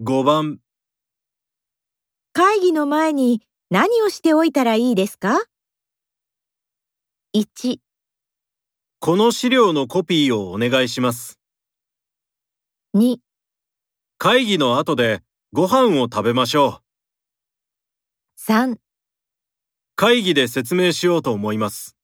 5番、会議の前に何をしておいたらいいですか ?1、この資料のコピーをお願いします。 2、会議の後でご飯を食べましょう。 3会議で説明しようと思います。